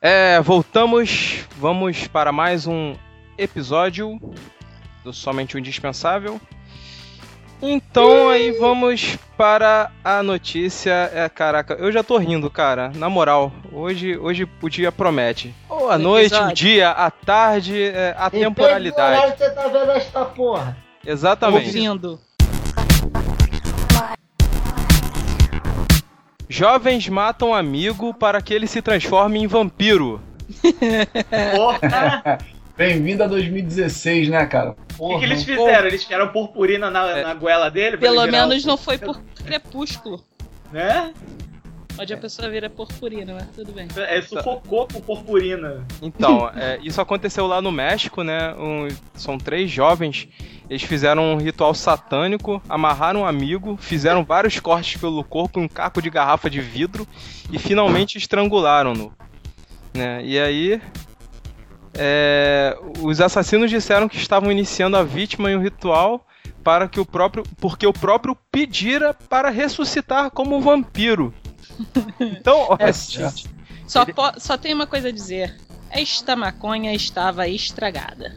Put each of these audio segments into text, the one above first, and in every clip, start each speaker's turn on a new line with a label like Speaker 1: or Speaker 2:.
Speaker 1: É, voltamos. Vamos para mais um episódio do Somente o Indispensável. Então aí vamos para a notícia. É, caraca, eu já tô rindo, cara. Na moral, hoje, hoje o dia promete. Ou a
Speaker 2: O
Speaker 1: noite, o
Speaker 2: episódio.
Speaker 1: dia, a tarde, é, a
Speaker 3: Em todo
Speaker 1: temporalidade.
Speaker 3: horário que você tá vendo esta porra.
Speaker 1: Exatamente.
Speaker 2: ouvindo.
Speaker 1: Jovens matam amigo para que ele se transforme em vampiro.
Speaker 4: Porra!
Speaker 5: Bem-vindo a 2016, né, cara?
Speaker 4: O que,
Speaker 5: Porra,
Speaker 4: que eles fizeram? Eles tiraram purpurina na, na goela dele? pra
Speaker 2: É. Pelo
Speaker 4: ele virar
Speaker 2: menos
Speaker 4: o-
Speaker 2: não foi por crepúsculo.
Speaker 4: Né?
Speaker 2: Onde a pessoa vira purpurina, mas tudo bem.
Speaker 4: É, sufocou com purpurina.
Speaker 1: Então, é, isso aconteceu lá no México, né? Um- são três jovens. Eles fizeram um ritual satânico, amarraram um amigo, fizeram vários cortes pelo corpo em um caco de garrafa de vidro e finalmente estrangularam-no. Né? E aí. é, os assassinos disseram que estavam iniciando a vítima em um ritual para que o próprio. porque o próprio pedira para ressuscitar como um vampiro. Então, olha,
Speaker 5: É
Speaker 1: gente,
Speaker 5: certo.
Speaker 2: Só, po- só tem uma coisa a dizer. Esta maconha estava estragada.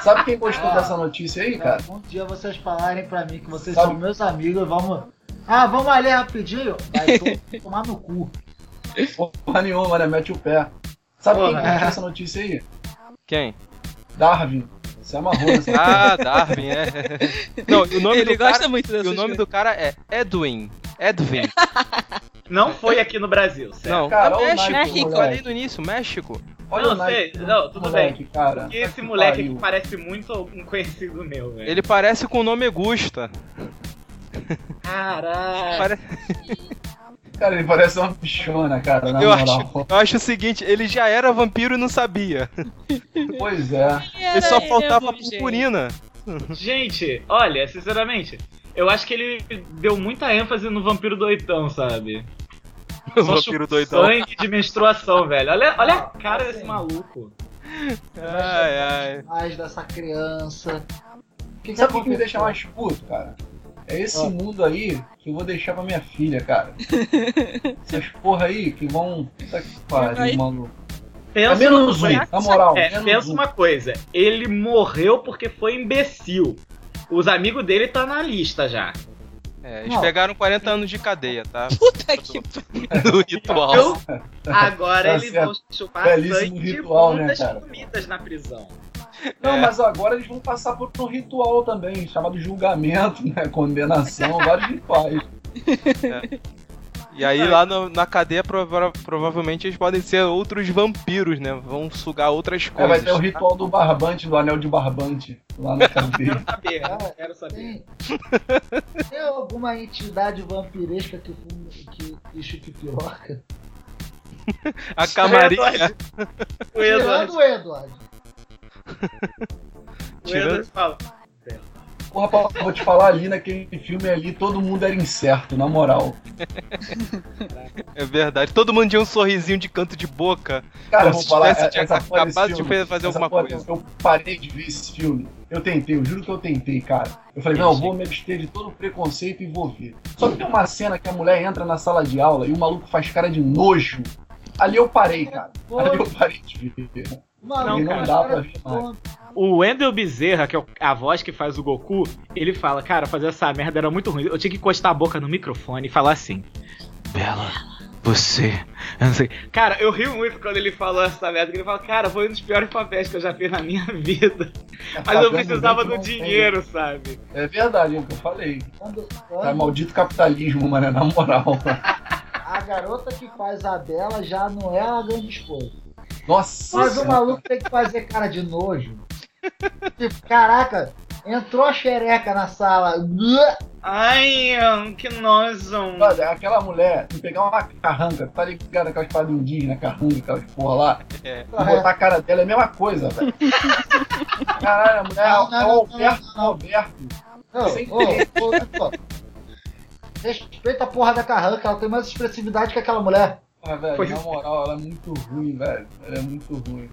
Speaker 5: Sabe quem gostou
Speaker 4: Ah.
Speaker 5: dessa notícia aí, cara?
Speaker 3: Um dia vocês falarem pra mim que vocês
Speaker 5: Sabe-
Speaker 3: são meus amigos, vamos. Ah, vamos ali rapidinho? Vai to- tomar no cu.
Speaker 5: Porra nenhuma, né? Mete o pé. Sabe quem
Speaker 3: Porra.
Speaker 5: gostou dessa notícia aí?
Speaker 1: quem?
Speaker 5: Darwin. é Se amarrou nessa
Speaker 1: Ah, Darwin, é. Não, e o nome
Speaker 2: Ele
Speaker 1: do
Speaker 2: gosta
Speaker 1: cara,
Speaker 2: muito
Speaker 1: e
Speaker 2: dessa
Speaker 1: o nome do cara é Edwin. Edwin.
Speaker 4: Não foi aqui no Brasil, certo?
Speaker 1: Não, é
Speaker 5: Cara, olha o
Speaker 1: México.
Speaker 5: Nike,
Speaker 1: eu
Speaker 5: moleque.
Speaker 1: Falei no início, México.
Speaker 5: Olha
Speaker 4: Não,
Speaker 5: o Nike,
Speaker 4: sei. Não, tudo
Speaker 5: moleque, cara.
Speaker 4: Porque esse
Speaker 5: Que
Speaker 4: moleque
Speaker 5: pariu.
Speaker 4: aqui parece muito um conhecido meu, velho.
Speaker 1: Ele parece com o nome Gusta.
Speaker 4: Caralho.
Speaker 1: Pare-
Speaker 5: Cara, ele parece uma bichona, cara, na
Speaker 1: Eu
Speaker 5: moral.
Speaker 1: acho, eu acho o seguinte, ele já era vampiro e não sabia.
Speaker 5: Pois é.
Speaker 1: Ele só faltava purpurina.
Speaker 4: Gente, olha, sinceramente, eu acho que ele deu muita ênfase no vampiro doitão, sabe?
Speaker 1: O
Speaker 4: Só
Speaker 1: vampiro
Speaker 4: chupa
Speaker 1: doidão.
Speaker 4: Sangue de menstruação, velho. Olha, olha
Speaker 5: Ah,
Speaker 4: a cara
Speaker 5: assim.
Speaker 4: desse maluco.
Speaker 1: Ai, ai.
Speaker 3: Mais dessa criança. O que, que
Speaker 5: Sabe o que me
Speaker 3: aconteceu?
Speaker 5: deixa mais puto, cara? É esse
Speaker 3: Ah.
Speaker 5: mundo aí que eu vou deixar pra minha filha, cara. Essas porra aí que vão. Puta que
Speaker 2: Aí-
Speaker 5: pariu, maluco. É
Speaker 4: Pensa no
Speaker 5: menos um, na moral.
Speaker 4: É,
Speaker 5: menos
Speaker 4: pensa
Speaker 5: um.
Speaker 4: uma coisa, ele morreu porque foi imbecil. Os amigos dele tá na lista já.
Speaker 1: É, eles
Speaker 3: Não.
Speaker 1: pegaram 40 anos de cadeia, tá?
Speaker 2: Puta que
Speaker 1: Do ritual.
Speaker 4: Então, agora
Speaker 5: Tá
Speaker 4: eles vão
Speaker 5: certo.
Speaker 4: chupar
Speaker 5: Belíssimo
Speaker 4: sangue
Speaker 5: ritual,
Speaker 4: de
Speaker 5: né,
Speaker 4: muitas
Speaker 5: cara?
Speaker 4: comidas na prisão.
Speaker 5: Não,
Speaker 1: É.
Speaker 5: mas agora eles vão passar por um ritual também, chamado julgamento, né? Condenação, vários rituais.
Speaker 1: E aí lá no- na cadeia prova- provavelmente eles podem ser outros vampiros, né? Vão sugar outras
Speaker 5: É,
Speaker 1: coisas.
Speaker 5: vai ter o ritual do barbante, do anel de barbante, lá na
Speaker 4: Quero
Speaker 5: cadeia.
Speaker 4: saber, né?
Speaker 3: Ah,
Speaker 4: quero saber.
Speaker 3: Tem, tem alguma entidade vampiresca que fuma que, que chupe piroca?
Speaker 1: A
Speaker 4: É,
Speaker 1: camarinha.
Speaker 4: O Eduardo,
Speaker 3: Tirando o Eduardo.
Speaker 4: o Eduardo fala.
Speaker 5: Porra, Paulo, vou te falar ali naquele filme ali, todo mundo era incerto, na moral.
Speaker 1: É verdade. Todo mundo tinha um sorrisinho de canto de boca.
Speaker 5: Cara,
Speaker 1: como
Speaker 5: eu vou
Speaker 1: se
Speaker 5: falar, é,
Speaker 1: tivesse
Speaker 5: essa, essa porra desse
Speaker 1: acabado de
Speaker 5: filme,
Speaker 1: fa- fazer
Speaker 5: essa
Speaker 1: alguma
Speaker 5: porra,
Speaker 1: coisa.
Speaker 5: Eu parei de ver esse filme. Eu tentei, eu juro que eu tentei, cara. Eu falei,
Speaker 1: Eu
Speaker 5: não, eu
Speaker 1: sei.
Speaker 5: vou me abster de todo preconceito e vou ver. Só que tem uma cena que a mulher entra na sala de aula e o maluco faz cara de nojo. Ali eu parei, cara. Ali eu parei de ver.
Speaker 3: Maluco,
Speaker 4: Não, cara. é
Speaker 3: os
Speaker 5: Não dá pra
Speaker 3: caras
Speaker 5: ver
Speaker 3: ficam-
Speaker 4: O Wendel Bezerra, que é o- a voz que faz o Goku, ele fala, cara, fazer essa merda era muito ruim. Eu tinha que encostar a boca no microfone e falar assim. Bela, você. Eu não sei. Cara, eu rio muito quando ele fala essa merda, que ele fala, cara, foi um dos piores papéis que eu já fiz na minha vida.
Speaker 5: É
Speaker 4: Mas eu
Speaker 5: Pagando
Speaker 4: precisava do
Speaker 5: muito, Tá não tem.
Speaker 4: dinheiro, sabe?
Speaker 5: É verdade, é o que eu falei.
Speaker 3: Quando-
Speaker 5: É
Speaker 4: Ah.
Speaker 3: quando-
Speaker 5: maldito capitalismo, mano, é na moral.
Speaker 3: A garota que faz a dela já não é a grande esposa.
Speaker 5: Nossa.
Speaker 3: Mas o
Speaker 5: senhora.
Speaker 3: maluco tem que fazer cara de nojo. Tipo, caraca, entrou a xereca na sala.
Speaker 4: Ai, que nojo.
Speaker 5: Brother, aquela mulher, se pegar uma carranca, tá ligado aquelas paradas indígenas, carranca, aquelas porra lá,
Speaker 1: É.
Speaker 5: e botar a cara dela, é a mesma coisa, velho. Caralho, a mulher
Speaker 3: Não, não,
Speaker 5: é o
Speaker 3: não,
Speaker 5: Alberto,
Speaker 3: não,
Speaker 5: o Alberto.
Speaker 3: Não,
Speaker 5: Sem
Speaker 3: ô, ô, ô, Respeita a porra da carranca, ela tem mais expressividade que aquela mulher.
Speaker 5: Porra, Ah, velho,
Speaker 4: Pois
Speaker 5: na
Speaker 4: é.
Speaker 5: moral, ela é muito ruim, velho. Ela é muito ruim.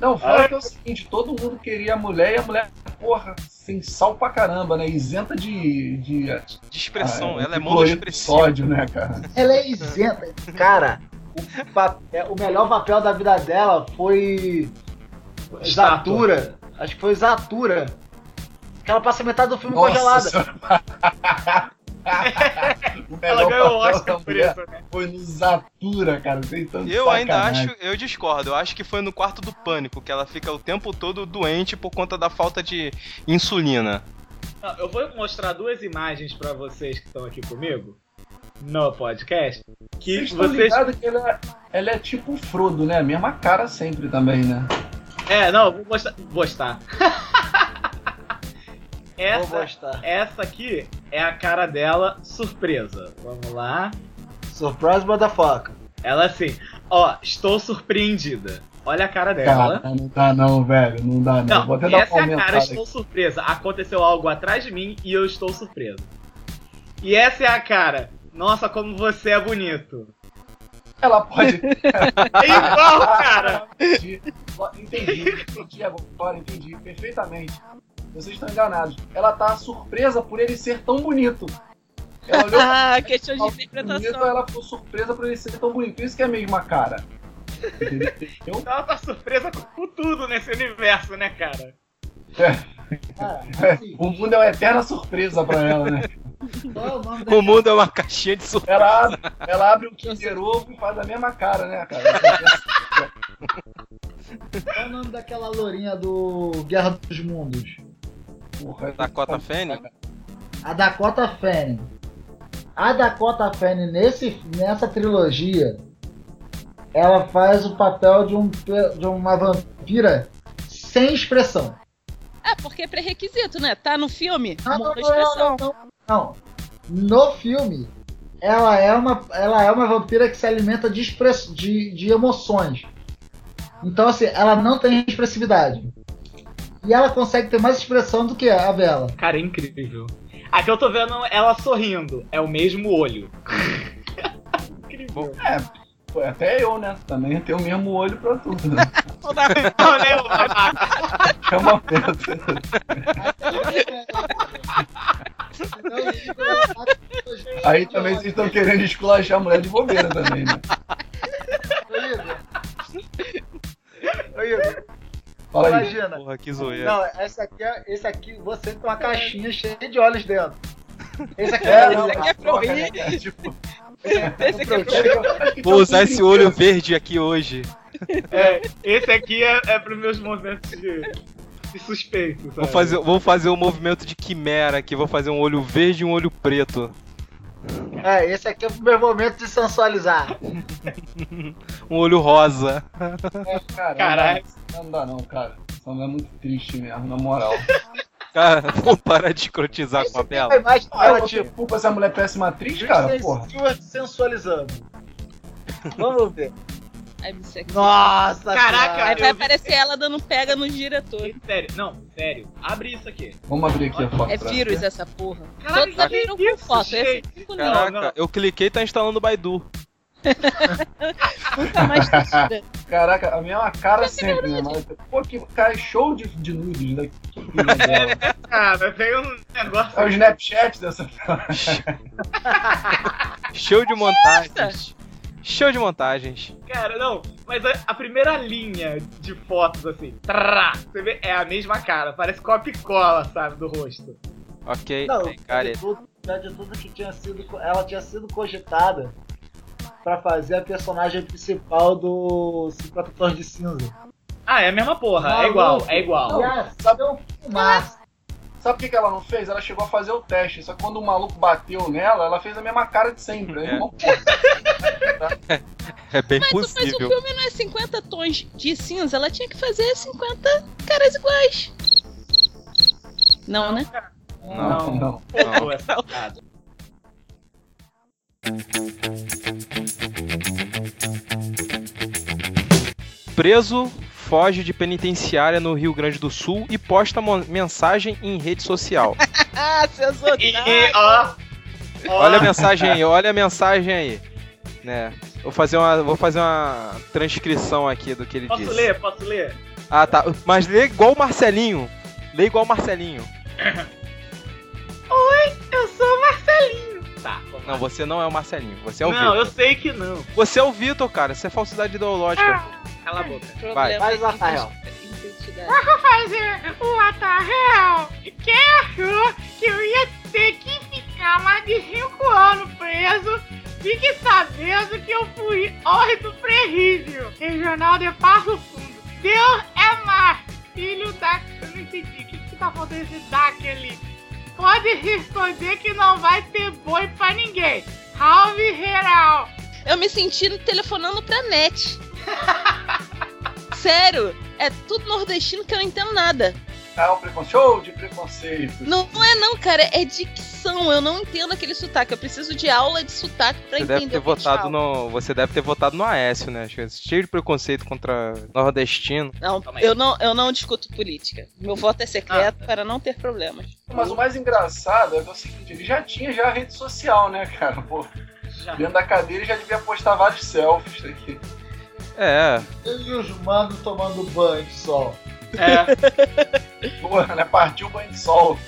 Speaker 5: Não, fora que é o seguinte, todo mundo queria a mulher e a mulher, porra, sem sal pra caramba, né? Isenta de. de
Speaker 1: De expressão,
Speaker 5: ah,
Speaker 1: ela é
Speaker 5: de cloreto de
Speaker 1: monoexpressiva.
Speaker 5: sódio, né, cara?
Speaker 3: Ela é isenta. Cara, o, pa- é, o melhor papel da vida dela foi.
Speaker 4: Estátua.
Speaker 3: Zatura. Acho que foi Zatura. Que ela passa metade do filme congelada.
Speaker 5: Senhora. o melhor
Speaker 4: Ela ganhou o
Speaker 5: papel
Speaker 4: Oscar
Speaker 5: da
Speaker 4: por
Speaker 5: mulher
Speaker 4: isso, né?
Speaker 5: Foi no Zatura, cara. Tem tanto
Speaker 1: Eu ainda
Speaker 5: sacanagem.
Speaker 1: acho, eu discordo, eu acho que foi no quarto do pânico, que ela fica o tempo todo doente por conta da falta de insulina.
Speaker 4: Não, Eu vou mostrar duas imagens pra vocês que estão aqui comigo no podcast. Que
Speaker 5: Vocês estão
Speaker 4: vocês.
Speaker 5: ligados que ela, ela é tipo o Frodo, né? A mesma cara sempre também, né?
Speaker 4: É, não, eu vou mostrar. Gostar.
Speaker 3: Vou
Speaker 4: Essa,
Speaker 3: gostar.
Speaker 4: essa aqui é a cara dela surpresa. Vamos lá.
Speaker 3: Surprise, motherfucker.
Speaker 4: Ela assim, ó, estou surpreendida. Olha a cara dela.
Speaker 5: Cara, não dá não, velho. Não dá não.
Speaker 4: Não,
Speaker 5: Vou até dar
Speaker 4: essa
Speaker 5: um
Speaker 4: é a cara,
Speaker 5: comentário aqui.
Speaker 4: estou surpresa. Aconteceu algo atrás de mim e eu estou surpresa. E essa é a cara. Nossa, como você é bonito.
Speaker 5: Ela pode. Ah,
Speaker 4: É igual, cara.
Speaker 5: Entendi, entendi, entendi agora, entendi perfeitamente. Vocês estão enganados. Ela tá surpresa por ele ser tão bonito. Ela olhou
Speaker 2: Ah, questão de
Speaker 5: pra ele "Tá bonito,
Speaker 2: interpretação.
Speaker 5: ela ficou surpresa por ele ser tão bonito. Isso que é a mesma cara. Entendeu? Então,
Speaker 4: Ela tá surpresa com tudo nesse universo, né, cara?
Speaker 3: Cara, assim,
Speaker 5: O mundo é uma eterna surpresa pra ela, né?
Speaker 3: qual é o nome da
Speaker 1: O mundo é uma caixinha de surpresa.
Speaker 5: Ela abre, ela abre um Kinder Ovo e faz a mesma cara, né, cara?
Speaker 3: Qual é o nome daquela lourinha do Guerra dos Mundos?
Speaker 5: Porra,
Speaker 1: Dakota Fanning?
Speaker 3: A Dakota Fanning. A Dakota Fanning nesse, nessa trilogia, ela faz o papel de, um, pe- de uma vampira sem expressão.
Speaker 2: É, porque é pré-requisito, né? Tá no filme.
Speaker 3: Ah, não,
Speaker 2: Uma
Speaker 3: não, não,
Speaker 2: expressão.
Speaker 3: não, não, não. No filme, ela é uma, ela é uma vampira que se alimenta de, express, de, de emoções. Então, assim, ela não tem expressividade. E ela consegue ter mais expressão do que a Bela.
Speaker 4: Cara, é incrível. Aqui eu tô vendo ela sorrindo. É o mesmo olho. incrível.
Speaker 5: Pô, Até eu, né? Também tenho o mesmo olho pra tudo, né?
Speaker 4: Não, né, ô babaca?
Speaker 5: É uma pena. Aí também vocês estão querendo esculachar a mulher de bobeira também, né? Fala aí.
Speaker 3: Imagina.
Speaker 1: Porra, que zoeira.
Speaker 3: Não, essa aqui, é- esse aqui você tem uma caixinha cheia de olhos dentro. Esse aqui
Speaker 5: É,
Speaker 3: é,
Speaker 5: não,
Speaker 3: esse
Speaker 5: mas
Speaker 3: aqui
Speaker 2: é pra eu
Speaker 5: porra,
Speaker 2: rir.
Speaker 5: né, tipo,
Speaker 2: Esse aqui é
Speaker 3: Chega-
Speaker 5: então
Speaker 1: Vou usar esse olho verde aqui hoje.
Speaker 4: É, esse aqui é, é pros meus momentos de, de suspeito. Sabe?
Speaker 1: Vou fazer, vou fazer um movimento de quimera aqui, vou fazer um olho verde e um olho preto.
Speaker 3: é, esse aqui é o meu momento de sensualizar.
Speaker 1: Um olho rosa.
Speaker 5: né, Cara,
Speaker 4: Caralho.
Speaker 5: Não dá não, cara. Essa mulher é muito triste mesmo, na moral.
Speaker 1: Cara, vamos parar de escrotizar com a
Speaker 3: A
Speaker 1: Bela.
Speaker 3: imagem
Speaker 5: Ah, eu
Speaker 3: dela,
Speaker 5: vou
Speaker 3: tipo,
Speaker 5: ter culpa se a mulher é péssima atriz, cara,
Speaker 3: Kristen
Speaker 5: porra.
Speaker 3: Stewart sensualizando. Vamos ver.
Speaker 2: I'm sexy.
Speaker 3: Nossa,
Speaker 4: Caraca,
Speaker 2: Aí
Speaker 3: cara.
Speaker 2: vai
Speaker 4: eu vi-
Speaker 2: aparecer ela dando pega nos diretores.
Speaker 4: Sério, não, sério. Abre isso aqui.
Speaker 5: Vamos abrir aqui a foto.
Speaker 2: É
Speaker 5: pra-
Speaker 2: vírus essa porra.
Speaker 4: Caralho,
Speaker 2: Todos abriram
Speaker 4: que
Speaker 2: com
Speaker 4: isso,
Speaker 2: foto. é Esse
Speaker 4: gente?
Speaker 2: cinco não.
Speaker 4: Caralho. não.
Speaker 1: Caraca, eu cliquei e tá instalando o Baidu.
Speaker 2: Nunca mais testida.
Speaker 5: Caraca, a mesma cara sempre, né? Mas, pô, que cara, é show de, de nudes né? daqui.
Speaker 4: Cara, tem um negócio.
Speaker 5: É o Snapchat dessa
Speaker 1: Show de montagens. Show de montagens.
Speaker 4: Cara, não, mas a, a primeira linha de fotos, assim, trá, você vê, é a mesma cara, parece copia e cola, sabe, do rosto.
Speaker 1: Ok,
Speaker 3: Não,
Speaker 1: tem cara. é
Speaker 3: de tudo, de tudo que tinha sido, ela tinha sido cogitada pra fazer a personagem principal do 50 Tons de Cinza. assim,
Speaker 4: Ah, é a mesma porra, é
Speaker 3: Maluco.
Speaker 4: igual, é igual.
Speaker 3: Yes,
Speaker 5: sabe-
Speaker 3: eu fumaço.
Speaker 5: Sabe o que, que ela não fez? Ela chegou a fazer o teste, só que quando o maluco bateu nela, ela fez a mesma cara de sempre. né? Aí,
Speaker 1: É.
Speaker 5: irmão, porra,
Speaker 1: É bem
Speaker 2: Mas, mas o
Speaker 1: possível.
Speaker 2: filme não é 50 tons de cinza, ela tinha que fazer 50 caras iguais. Não, né?
Speaker 1: Não.
Speaker 5: Não, não.
Speaker 1: Não.
Speaker 4: Pô, essa piada.
Speaker 1: Preso foge de penitenciária no Rio Grande do Sul e posta mo- mensagem em rede social.
Speaker 2: Ah, seus
Speaker 4: E,
Speaker 2: otários.
Speaker 4: e, ó, ó.
Speaker 1: Olha a mensagem aí, olha a mensagem aí. Né? Vou fazer uma, vou fazer uma transcrição aqui do que ele
Speaker 4: Posso
Speaker 1: disse.
Speaker 4: ler? Posso ler?
Speaker 1: Ah, tá. Mas lê igual o Marcelinho. Lê igual o Marcelinho.
Speaker 4: Eu sou o Marcelinho. Tá, vamos
Speaker 1: Não,
Speaker 4: lá.
Speaker 1: você não é o Marcelinho. Você é o
Speaker 4: Não,
Speaker 1: Vitor.
Speaker 4: eu sei que não.
Speaker 1: Você é o Vitor, cara. Isso é falsidade ideológica.
Speaker 4: Cala a boca.
Speaker 1: Vai,
Speaker 3: vai,
Speaker 2: Problema
Speaker 3: Zafael.
Speaker 2: de identidade.
Speaker 6: fazer o Atarreal, que achou que eu ia ter que ficar mais de 5 anos preso, fique sabendo que eu fui ordem do presídio, regional de Passo Fundo. Deus é mais, filho da... Eu não entendi, o que que tá faltando esse daquele? Pode se esconder que não vai ter boi pra ninguém. Salve geral.
Speaker 2: Eu me senti telefonando pra net. Sério, é tudo nordestino que eu não entendo nada.
Speaker 5: Ah, o preconceito. Show de preconceito.
Speaker 2: Não, não é não, cara, é dicção. Eu não entendo aquele sotaque. Eu preciso de aula de sotaque pra
Speaker 1: Você
Speaker 2: entender.
Speaker 1: deve ter
Speaker 2: o que eles
Speaker 1: votado
Speaker 2: falam.
Speaker 1: no. Você deve ter votado no Aécio, né? Cheio de preconceito contra nordestino.
Speaker 2: Não,
Speaker 4: Calma aí.
Speaker 2: eu não, eu não discuto política. Meu voto é secreto
Speaker 1: Ah.
Speaker 2: para não ter problemas.
Speaker 5: Mas o mais engraçado é que é o seguinte, ele já tinha já a rede social, né, cara? Pô,
Speaker 4: Já.
Speaker 5: dentro da cadeira ele já devia postar vários selfies né? aqui.
Speaker 1: É.
Speaker 3: Eu e os manos tomando banho de sol.
Speaker 4: É,
Speaker 5: Porra, né? Partiu o banho de sol.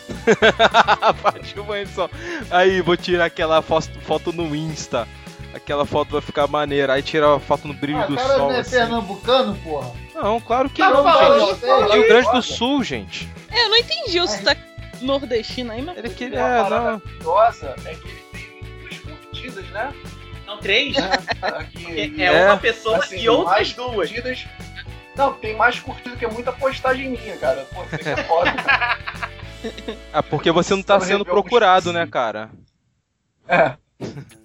Speaker 1: Partiu banho de sol. Aí, vou tirar aquela fos- foto no Insta. Aquela foto vai ficar maneira. Aí tira a foto no brilho
Speaker 3: Ah, o
Speaker 1: do
Speaker 3: cara
Speaker 1: sol.
Speaker 3: não é
Speaker 1: assim.
Speaker 3: pernambucano, porra.
Speaker 1: Não, claro que
Speaker 3: Tá
Speaker 1: não,
Speaker 3: falando
Speaker 1: gente.
Speaker 3: sério?
Speaker 1: É Rio Grande do Sul, gente.
Speaker 2: É, eu não entendi o sotaque nordestino aí, mas.
Speaker 1: Ele queria.
Speaker 5: Uma
Speaker 1: É,
Speaker 5: parada
Speaker 3: né?
Speaker 1: não.
Speaker 5: curiosa é que ele tem duas curtidas, né?
Speaker 4: não três?
Speaker 5: Aqui,
Speaker 4: É, é
Speaker 1: É.
Speaker 4: uma pessoa
Speaker 5: Assim,
Speaker 4: e outras
Speaker 5: mais
Speaker 4: duas.
Speaker 5: curtidas. Não, tem mais curtida que muita postagem minha, cara. Pô, você que é foda.
Speaker 1: É porque você não tá
Speaker 5: Só
Speaker 1: sendo
Speaker 5: rever alguns
Speaker 1: procurado, né,
Speaker 5: possíveis.
Speaker 1: cara?
Speaker 5: É.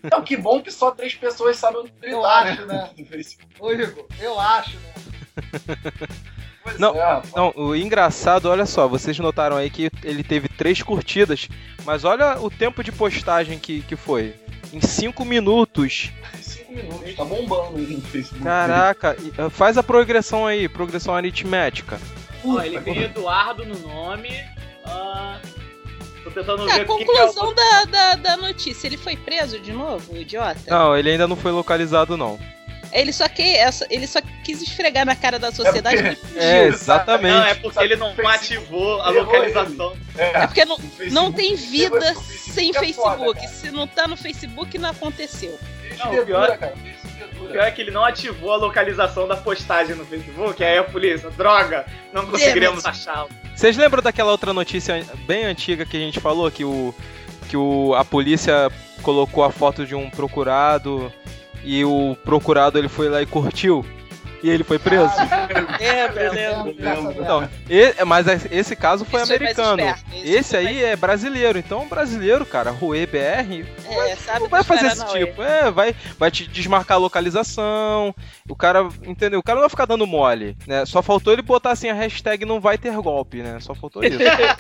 Speaker 5: Então, que bom que só três pessoas sabem onde ele
Speaker 3: Eu
Speaker 5: tá,
Speaker 2: é.
Speaker 3: acho, né?
Speaker 5: Do Facebook.
Speaker 3: Ô, Igor, eu acho, né?
Speaker 5: Pois
Speaker 1: Não,
Speaker 5: é, rapaz.
Speaker 1: Não, o engraçado, olha só, vocês notaram aí que ele teve três curtidas, mas olha o tempo de postagem que, que foi. Em cinco minutos.
Speaker 5: Cinco minutos, tá bombando aí no Facebook.
Speaker 1: Caraca, e, ah, faz a progressão aí, progressão aritmética.
Speaker 4: Ó, ele tem Eduardo no nome. ah, tô tentando
Speaker 2: Tá,
Speaker 4: ver o que que é o-
Speaker 2: conclusão da, da, da notícia. Ele foi preso de novo, o idiota?
Speaker 1: Não, ele ainda não foi localizado, não.
Speaker 2: Ele só, que, essa- ele só quis esfregar na cara da sociedade.
Speaker 5: É
Speaker 1: É,
Speaker 5: Giro, sabe?
Speaker 1: exatamente.
Speaker 4: Não, é porque ele não
Speaker 5: Facebook.
Speaker 4: ativou a
Speaker 5: Errou
Speaker 4: localização.
Speaker 2: É porque não,
Speaker 5: No Facebook.
Speaker 2: não tem vida
Speaker 5: O Facebook
Speaker 2: sem
Speaker 5: é foda,
Speaker 2: Facebook.
Speaker 5: cara.
Speaker 2: Se não tá no Facebook, não aconteceu.
Speaker 5: Fez
Speaker 4: Não,
Speaker 5: dedura,
Speaker 4: pior-
Speaker 5: cara. Fez dedura.
Speaker 4: O pior é que ele não ativou a localização da postagem no Facebook, aí a polícia, droga, não conseguiremos achá-lo.
Speaker 1: Vocês lembram daquela outra notícia bem antiga que a gente falou que o que o, a polícia colocou a foto de um procurado e o procurado ele foi lá e curtiu e ele foi preso?
Speaker 2: É,
Speaker 3: Eu
Speaker 2: beleza.
Speaker 3: não quero saber.
Speaker 1: Então, e- mas esse caso foi
Speaker 2: É. Isso é mais
Speaker 1: americano.
Speaker 2: esperto, isso
Speaker 1: Esse
Speaker 2: foi
Speaker 1: aí é brasileiro, então brasileiro, cara, Rue BR,
Speaker 2: É, sabe?
Speaker 1: não vai
Speaker 2: dos
Speaker 1: fazer esse
Speaker 2: Paranauê.
Speaker 1: tipo. É, vai, vai te desmarcar a localização. O cara, entendeu? O cara não vai ficar dando mole, né? Só faltou ele botar assim a hashtag não vai ter golpe, né? Só faltou isso.
Speaker 4: é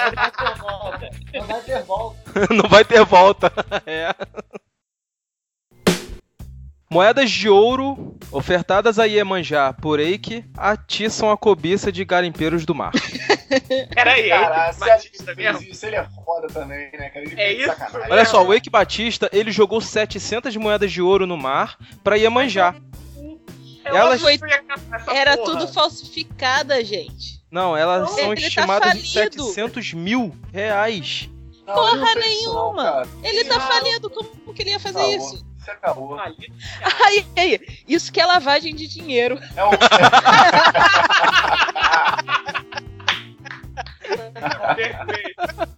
Speaker 3: Não
Speaker 5: é
Speaker 3: vai ter volta.
Speaker 1: não vai ter volta. É. Moedas de ouro ofertadas a Iemanjá por Eike atiçam a cobiça de garimpeiros do mar.
Speaker 4: Peraí, é
Speaker 5: Cara,
Speaker 4: esse
Speaker 5: se a gente
Speaker 4: Batista
Speaker 5: fez
Speaker 4: mesmo?
Speaker 5: isso, ele é foda também, né, cara? Ele
Speaker 4: É
Speaker 5: fez
Speaker 4: isso?
Speaker 5: sacanagem.
Speaker 1: Olha só, o Eike Batista, ele jogou 700 moedas de ouro no mar pra Iemanjá.
Speaker 4: Eu
Speaker 1: Ela-
Speaker 4: acho que eu ia catar essa
Speaker 2: Era
Speaker 4: Tá porra.
Speaker 2: tudo falsificada, gente.
Speaker 1: Não, elas
Speaker 2: Não,
Speaker 1: são
Speaker 2: ele tá
Speaker 1: estimadas em
Speaker 2: falido.
Speaker 1: 700 mil reais.
Speaker 5: Não,
Speaker 2: porra
Speaker 5: ele não fez isso não, Tá
Speaker 2: nenhuma.
Speaker 5: cara.
Speaker 2: Ele tá
Speaker 4: Não.
Speaker 2: falido, como que ele ia fazer
Speaker 5: Acabou.
Speaker 2: isso?
Speaker 5: Você acabou.
Speaker 4: Falido, cara.
Speaker 2: Aí, aí, isso que é lavagem de dinheiro.
Speaker 5: É o...
Speaker 4: Perfeito.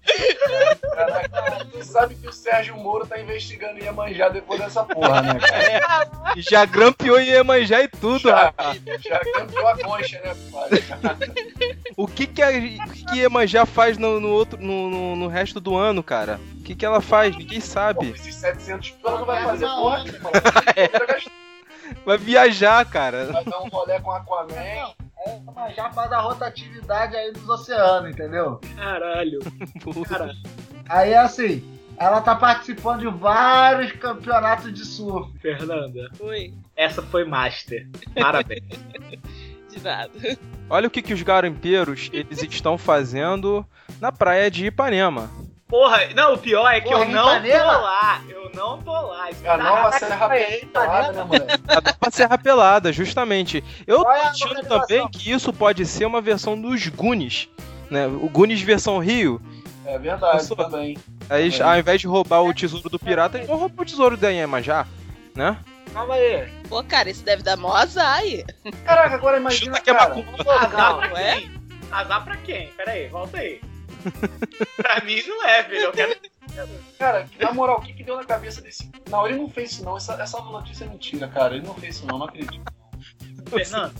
Speaker 5: Caraca, tu sabe que o Sérgio Moro tá investigando e ia manjar depois dessa porra, né, cara?
Speaker 1: E Já grampeou Iemanjá e tudo.
Speaker 5: Já.
Speaker 1: rapaz.
Speaker 5: Já campeou a concha, né, pai?
Speaker 1: O que que, a, o que que Iemanjá faz no, no outro, no, no- no resto do ano, cara? O que que ela faz? Ninguém
Speaker 5: Pô,
Speaker 1: sabe.
Speaker 5: Esses 700 pila não É. vai
Speaker 3: Não,
Speaker 5: fazer
Speaker 3: não.
Speaker 5: porra, nenhuma. Vai
Speaker 1: Vai viajar, cara.
Speaker 5: dar um rolé com Aquaman.
Speaker 3: é Mas já faz a rotatividade aí dos oceanos, entendeu?
Speaker 4: Caralho. Cara,
Speaker 3: Aí é assim, ela tá participando de vários campeonatos de surf.
Speaker 4: Fernanda,
Speaker 2: Oi,
Speaker 4: essa foi master. Parabéns.
Speaker 2: de nada.
Speaker 1: Olha o que, que os garimpeiros eles estão fazendo na praia de Ipanema.
Speaker 4: Porra, não, o pior é que
Speaker 3: Porra,
Speaker 4: eu não
Speaker 3: Ipanema?
Speaker 4: tô lá. Eu não tô lá. Isso
Speaker 5: A
Speaker 4: tá-
Speaker 5: nova Serra Pelada, né, moleque?
Speaker 1: Pra Serra Pelada, justamente. Eu tô
Speaker 3: Olha a
Speaker 1: achando
Speaker 3: localização.
Speaker 1: também que isso pode ser uma versão dos Goonies. Né? O Goonies versão Rio.
Speaker 5: É verdade,
Speaker 1: Isso.
Speaker 5: também.
Speaker 1: Aí,
Speaker 5: Também.
Speaker 1: ao invés de roubar o tesouro do pirata, eles vão roubar o tesouro da Iemanjá, né?
Speaker 4: Calma aí.
Speaker 2: Pô, cara, isso deve dar mó azar aí.
Speaker 5: Caraca, agora imagina,
Speaker 1: Chuta que é
Speaker 5: cara.
Speaker 1: macumba.
Speaker 4: Azar
Speaker 2: Não,
Speaker 4: pra
Speaker 2: é?
Speaker 4: quem? Azar pra quem? Pera aí, volta aí. pra mim não é, filho. Eu quero...
Speaker 5: Cara, na moral, o que, que deu na cabeça desse. Não, ele não fez isso, não. Essa, essa notícia é mentira, cara. Ele não fez isso, não. Não acredito.
Speaker 4: Fernanda,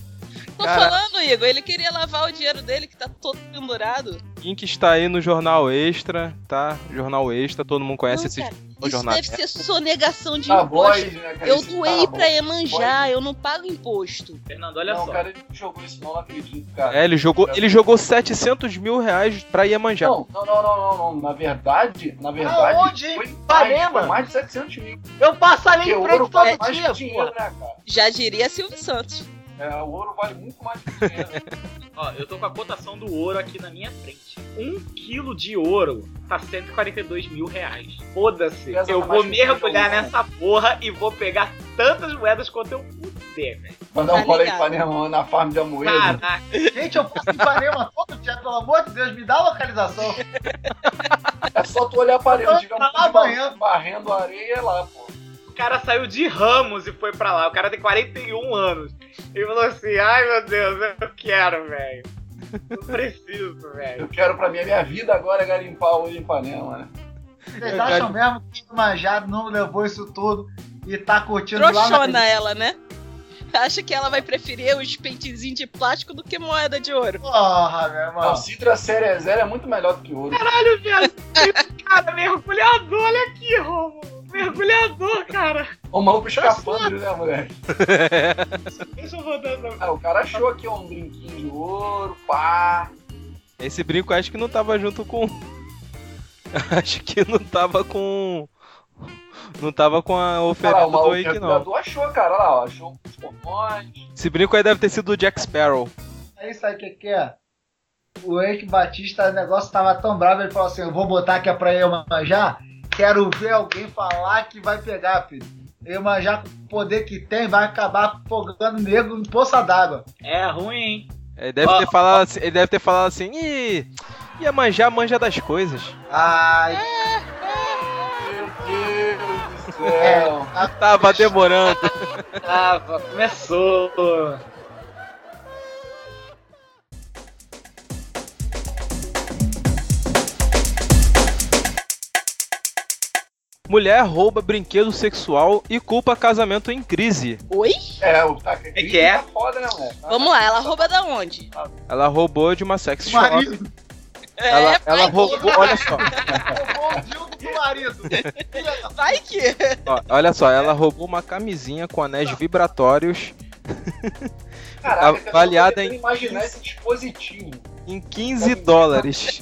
Speaker 2: Tô
Speaker 1: Cara.
Speaker 2: falando, Igor, ele queria lavar o dinheiro dele que tá todo pendurado.
Speaker 1: Link está aí no Jornal Extra, tá? Jornal Extra, todo mundo conhece
Speaker 2: Não,
Speaker 1: esse
Speaker 2: cara,
Speaker 1: o
Speaker 2: Isso
Speaker 1: jornal.
Speaker 2: deve ser sonegação de
Speaker 5: Tá,
Speaker 2: imposto.
Speaker 5: boys, né, cara?
Speaker 2: Eu
Speaker 5: Esse
Speaker 2: doei
Speaker 5: tá,
Speaker 2: pra
Speaker 5: boys.
Speaker 2: Emanjá, eu não pago imposto.
Speaker 4: Fernanda, olha
Speaker 5: não,
Speaker 4: só.
Speaker 5: cara, ele não jogou isso, não. Não acredito, cara.
Speaker 1: É, ele jogou, ele jogou 700 mil reais pra Iemanjá.
Speaker 5: Não, não, não, não, não, não. Na verdade, na verdade.
Speaker 3: Aonde?
Speaker 5: Foi mais,
Speaker 3: Ipanema?
Speaker 5: foi mais de 700 mil.
Speaker 3: Eu passo ali
Speaker 5: Tá Porque
Speaker 3: em
Speaker 5: o
Speaker 3: frente
Speaker 5: ouro vale mais que
Speaker 3: todo dia,
Speaker 5: dinheiro,
Speaker 3: pô.
Speaker 5: né, cara?
Speaker 2: Já diria Silvio Santos.
Speaker 5: É, o ouro vale muito mais que dinheiro.
Speaker 4: Ó, eu tô com a cotação do ouro aqui na minha frente. Um quilo de ouro tá 142 mil reais. Foda-se.
Speaker 5: Pesa
Speaker 4: Eu
Speaker 5: mais
Speaker 4: vou
Speaker 5: que um,
Speaker 4: mergulhar
Speaker 5: jogo,
Speaker 4: nessa porra e vou pegar tantas moedas quanto eu puder, velho.
Speaker 5: Mandar
Speaker 2: Tá
Speaker 5: um colega de
Speaker 2: ligado.
Speaker 5: Ipanema na farm de Amoedo.
Speaker 4: Caraca.
Speaker 3: Gente, eu passo em Ipanema todo dia, pelo amor de Deus, me dá a localização.
Speaker 5: É só tu olhar pra
Speaker 3: Eu
Speaker 5: ele, tiver um
Speaker 3: tava
Speaker 5: monte de
Speaker 3: amanhã.
Speaker 5: maluco barrendo a areia é lá, pô.
Speaker 4: O cara saiu de Ramos e foi pra lá. O cara tem 41 anos. E falou assim: ai meu Deus, eu quero, velho. Eu preciso, velho.
Speaker 5: Eu quero pra mim, a minha vida agora é garimpar ouro em Ipanema, né?
Speaker 3: Vocês acham mesmo que o Manjado não levou isso tudo e tá curtindo lá
Speaker 2: Trouxona
Speaker 3: na...
Speaker 2: ela, né? Acha que ela vai preferir os pentezinhos de plástico do que moeda de ouro.
Speaker 3: Porra, meu
Speaker 5: Não,
Speaker 3: irmão.
Speaker 5: o Sidra Série Zero é muito melhor do que ouro.
Speaker 4: Caralho, velho. Tem um Cara, mergulhador, olha aqui, Romulo. Mergulhador, cara.
Speaker 5: O maluco escapando, né, moleque?
Speaker 4: Deixa eu rodar essa
Speaker 5: Ah, o cara achou aqui ó, um brinquinho de ouro, pá.
Speaker 1: Esse brinco acho que não tava junto com. acho que não tava com. Não tava com a
Speaker 5: Olha lá,
Speaker 1: oferenda
Speaker 5: o
Speaker 1: do
Speaker 5: maluco
Speaker 1: Wake, não.
Speaker 5: mergulhador achou, cara. Olha lá, ó, achou uns pomões.
Speaker 1: Esse brinco aí deve ter sido do Jack Sparrow.
Speaker 3: Aí sabe o que que é? O Henrique Batista, o negócio tava tão bravo, ele falou assim, eu vou botar aqui pra Iemanjá, quero ver alguém falar que vai pegar, filho. Iemanjá, com o poder que tem, vai acabar afogando negro em poça d'água.
Speaker 4: É ruim, hein?
Speaker 1: Ele deve,
Speaker 4: Ó,
Speaker 2: Ah.
Speaker 1: ter, falado assim, ele deve ter falado assim. Ih, ia manjar, manja das coisas.
Speaker 3: Ai,
Speaker 5: Meu Deus do céu.
Speaker 1: Tava demorando.
Speaker 4: Ah, começou.
Speaker 1: Mulher rouba brinquedo sexual e culpa casamento em crise.
Speaker 2: Oi?
Speaker 5: É, o tá, é
Speaker 4: que é?
Speaker 5: tá foda, né, moleque? Tá-
Speaker 2: Vamos lá, ela rouba da onde?
Speaker 1: Ela roubou de uma sex
Speaker 3: o
Speaker 1: shop.
Speaker 3: marido,
Speaker 1: Ela,
Speaker 2: é, vai
Speaker 1: ela
Speaker 2: que-
Speaker 1: roubou, olha só,
Speaker 3: roubou o dildo do marido. Filha da-
Speaker 2: Vai que.
Speaker 1: ó, olha só, ela roubou uma camisinha com anéis vibratórios
Speaker 5: Caraca, cara,
Speaker 1: avaliada
Speaker 5: eu tô
Speaker 1: em
Speaker 5: tentando imaginar esse dispositivo.
Speaker 1: em 15 dólares.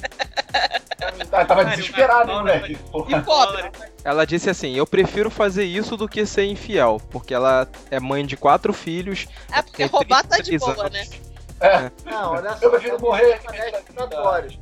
Speaker 5: Tá, tava desesperado, hein,
Speaker 4: cara,
Speaker 5: moleque?
Speaker 2: E
Speaker 5: Porra.
Speaker 2: pobre.
Speaker 1: Ela disse assim: Eu prefiro fazer isso do que ser infiel, porque ela é mãe de quatro filhos.
Speaker 2: É porque
Speaker 1: tem
Speaker 2: roubar tá de
Speaker 1: 33
Speaker 2: boa,
Speaker 1: anos.
Speaker 2: né?
Speaker 3: Não, olha só. é
Speaker 5: Eu prefiro morrer aqui. tá?
Speaker 3: Anéis vibratórios.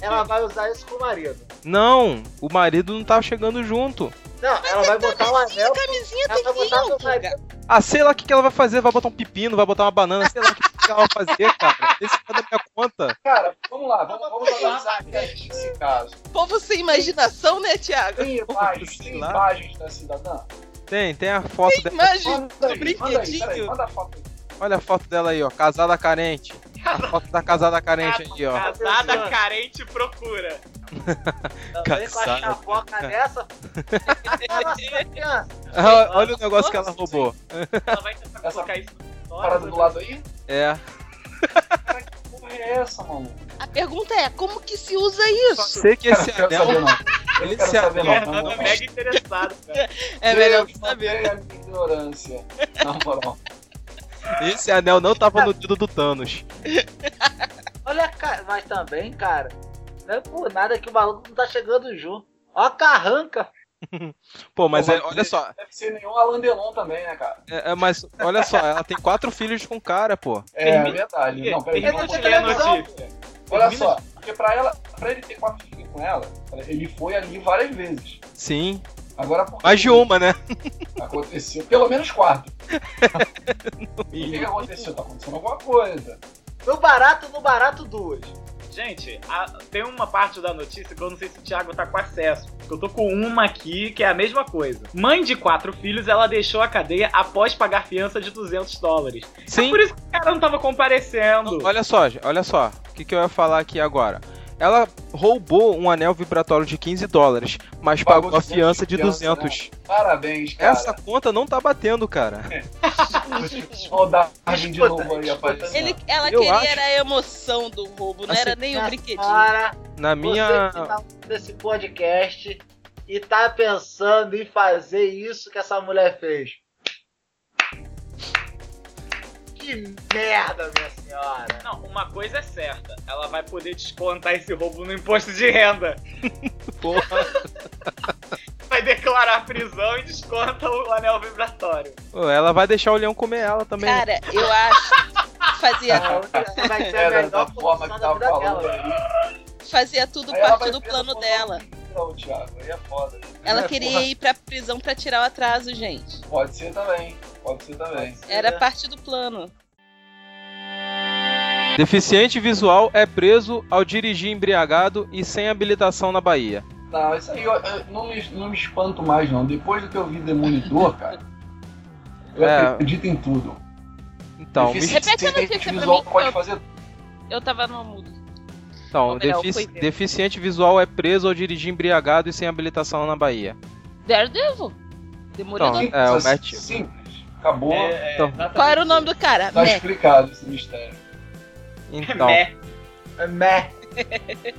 Speaker 3: Ela vai usar isso com o marido.
Speaker 1: Não, o marido não tava chegando junto.
Speaker 3: Não, ela vai botar um anel.
Speaker 2: Camisinha
Speaker 3: Ela
Speaker 2: tem
Speaker 3: vai
Speaker 2: que ir,
Speaker 3: botar no
Speaker 2: Olga.
Speaker 3: marido.
Speaker 1: Ah, sei lá o que, que ela vai fazer, vai botar um pepino, vai botar uma banana, sei lá o que, que ela vai fazer, cara. Esse é da minha conta.
Speaker 5: Cara, vamos lá, vamos, vamos analisar aqui esse caso.
Speaker 2: Povo sem imaginação, né, Thiago?
Speaker 5: Tem imagens,
Speaker 1: sei
Speaker 5: tem
Speaker 1: lá.
Speaker 5: imagens da cidadã?
Speaker 1: Tem, tem a foto dela.
Speaker 2: Imagina.
Speaker 5: Manda aí, manda aí,
Speaker 2: brinquedinho.
Speaker 5: peraí, manda a foto aí.
Speaker 1: Olha a foto dela aí, ó. Casada carente. A foto da casada carente aí, ó.
Speaker 4: Casada carente procura.
Speaker 1: vem com a Caçada.
Speaker 3: chapoca dessa.
Speaker 1: Ah, Olha o negócio que ela roubou.
Speaker 4: Ela vai tentar
Speaker 5: Essa
Speaker 4: colocar isso no né?
Speaker 5: Parada do lado aí?
Speaker 1: É.
Speaker 5: Que porra é essa, maluco?
Speaker 2: A pergunta é, como que se usa
Speaker 1: Só
Speaker 2: isso?
Speaker 1: sei que
Speaker 5: Cara,
Speaker 1: esse
Speaker 5: não quero
Speaker 1: anel.
Speaker 5: saber não.
Speaker 1: Esse
Speaker 4: Fernanda
Speaker 5: Eu não quero saber não. não, não.
Speaker 4: é mega interessada, cara.
Speaker 2: É melhor
Speaker 5: Deus,
Speaker 2: saber.
Speaker 5: mantenha a minha ignorância. Na moral.
Speaker 1: Esse anel não tava no dedo do Thanos.
Speaker 3: Olha, cara, mas também, cara.
Speaker 7: Não é por nada que o maluco não tá chegando junto. Ó a carranca.
Speaker 1: Pô, mas,
Speaker 5: Pô,
Speaker 1: é- olha só,
Speaker 5: Deve ser nenhum Alan Delon também, né, cara?
Speaker 1: é- é- mas olha só, ela tem quatro filhos com o cara, pô.
Speaker 5: É,
Speaker 4: Termina-
Speaker 5: verdade. Não, peraí.
Speaker 4: Termina
Speaker 5: vamos
Speaker 4: de
Speaker 5: continuar.
Speaker 4: ler a notícia.
Speaker 5: Olha
Speaker 4: termina
Speaker 5: só, porque pra ela, pra ele ter quatro filhos com ela, ele foi ali várias vezes.
Speaker 1: Sim.
Speaker 5: Agora porque
Speaker 1: Mais de uma, né?
Speaker 5: aconteceu pelo menos quatro. o que, que aconteceu? Tá acontecendo alguma coisa.
Speaker 7: No barato, no barato, duas.
Speaker 4: Gente, a- tem uma parte da notícia que eu não sei se o Thiago tá com acesso. porque Eu tô com uma aqui que é a mesma coisa. Mãe de quatro filhos, ela deixou a cadeia após pagar fiança de 200 dólares. É
Speaker 1: Sim.
Speaker 4: por isso que o cara não tava comparecendo.
Speaker 1: Olha só, olha só. O que, que eu ia falar aqui agora? Ela roubou um anel vibratório de 15 dólares, mas
Speaker 5: Pagou
Speaker 1: pagou a fiança de
Speaker 5: 200,
Speaker 1: 200.
Speaker 5: Parabéns, né? cara.
Speaker 1: Essa conta não tá batendo, cara.
Speaker 5: Ó, o Darwin de novo aí é
Speaker 7: Escuta,
Speaker 5: aparecendo.
Speaker 2: Ele, ela
Speaker 1: Eu
Speaker 2: queria
Speaker 1: acho-
Speaker 2: era a emoção do roubo, não
Speaker 1: Assim,
Speaker 2: era nem o
Speaker 3: ah,
Speaker 2: brinquedinho.
Speaker 7: Cara,
Speaker 1: Na
Speaker 7: Minha...
Speaker 1: minha.
Speaker 7: você que tá ouvindo esse podcast e tá pensando em fazer isso que essa mulher fez. Que merda, minha senhora.
Speaker 4: Não, uma coisa é certa. Ela vai poder descontar esse roubo no imposto de renda.
Speaker 1: Porra.
Speaker 4: Vai declarar a prisão e desconta o anel vibratório.
Speaker 1: Pô, Ela vai deixar o leão comer ela também. né?
Speaker 2: Cara, eu acho que
Speaker 3: Ah.
Speaker 2: fazia,
Speaker 7: Essa vai ser a
Speaker 5: Era da
Speaker 7: melhor posição
Speaker 5: forma que
Speaker 7: da
Speaker 5: tava
Speaker 7: vida
Speaker 5: falando
Speaker 7: dela.
Speaker 5: ali.
Speaker 2: fazia tudo
Speaker 5: Aí ela vai
Speaker 2: parte do
Speaker 5: ver
Speaker 2: plano
Speaker 5: no-
Speaker 2: dela.
Speaker 5: Não, Thiago, aí é foda.
Speaker 2: Ela
Speaker 1: É,
Speaker 2: queria
Speaker 1: porra.
Speaker 2: ir pra prisão pra tirar o atraso, gente.
Speaker 5: Pode ser também, pode ser também.
Speaker 2: Era
Speaker 3: É.
Speaker 2: parte do plano.
Speaker 1: Deficiente visual é preso ao dirigir embriagado e sem habilitação na Bahia.
Speaker 5: Não, Tá, isso aí eu, eu não, me, não me espanto mais, não. Depois do que eu vi Demolidor, cara, eu
Speaker 1: É.
Speaker 5: acredito em tudo.
Speaker 1: Então,
Speaker 5: Defici-
Speaker 1: mis-
Speaker 2: Repete a notícia pra
Speaker 5: visual
Speaker 2: mim, que
Speaker 5: pode
Speaker 2: eu-
Speaker 5: fazer
Speaker 2: Eu tava no mudo.
Speaker 1: então,
Speaker 2: Ou melhor,
Speaker 1: defici-
Speaker 2: foi ver.
Speaker 1: deficiente visual é preso ao dirigir embriagado e sem habilitação na Bahia.
Speaker 2: Daredevil? Demolidor.
Speaker 1: Então, é, o Matt-
Speaker 5: Simples. Acabou.
Speaker 2: É.
Speaker 4: É,
Speaker 1: Então,
Speaker 2: Qual era o nome do cara?
Speaker 5: Tá
Speaker 2: Mac.
Speaker 5: explicado esse mistério. É
Speaker 1: então,
Speaker 4: Mé.
Speaker 7: É meh.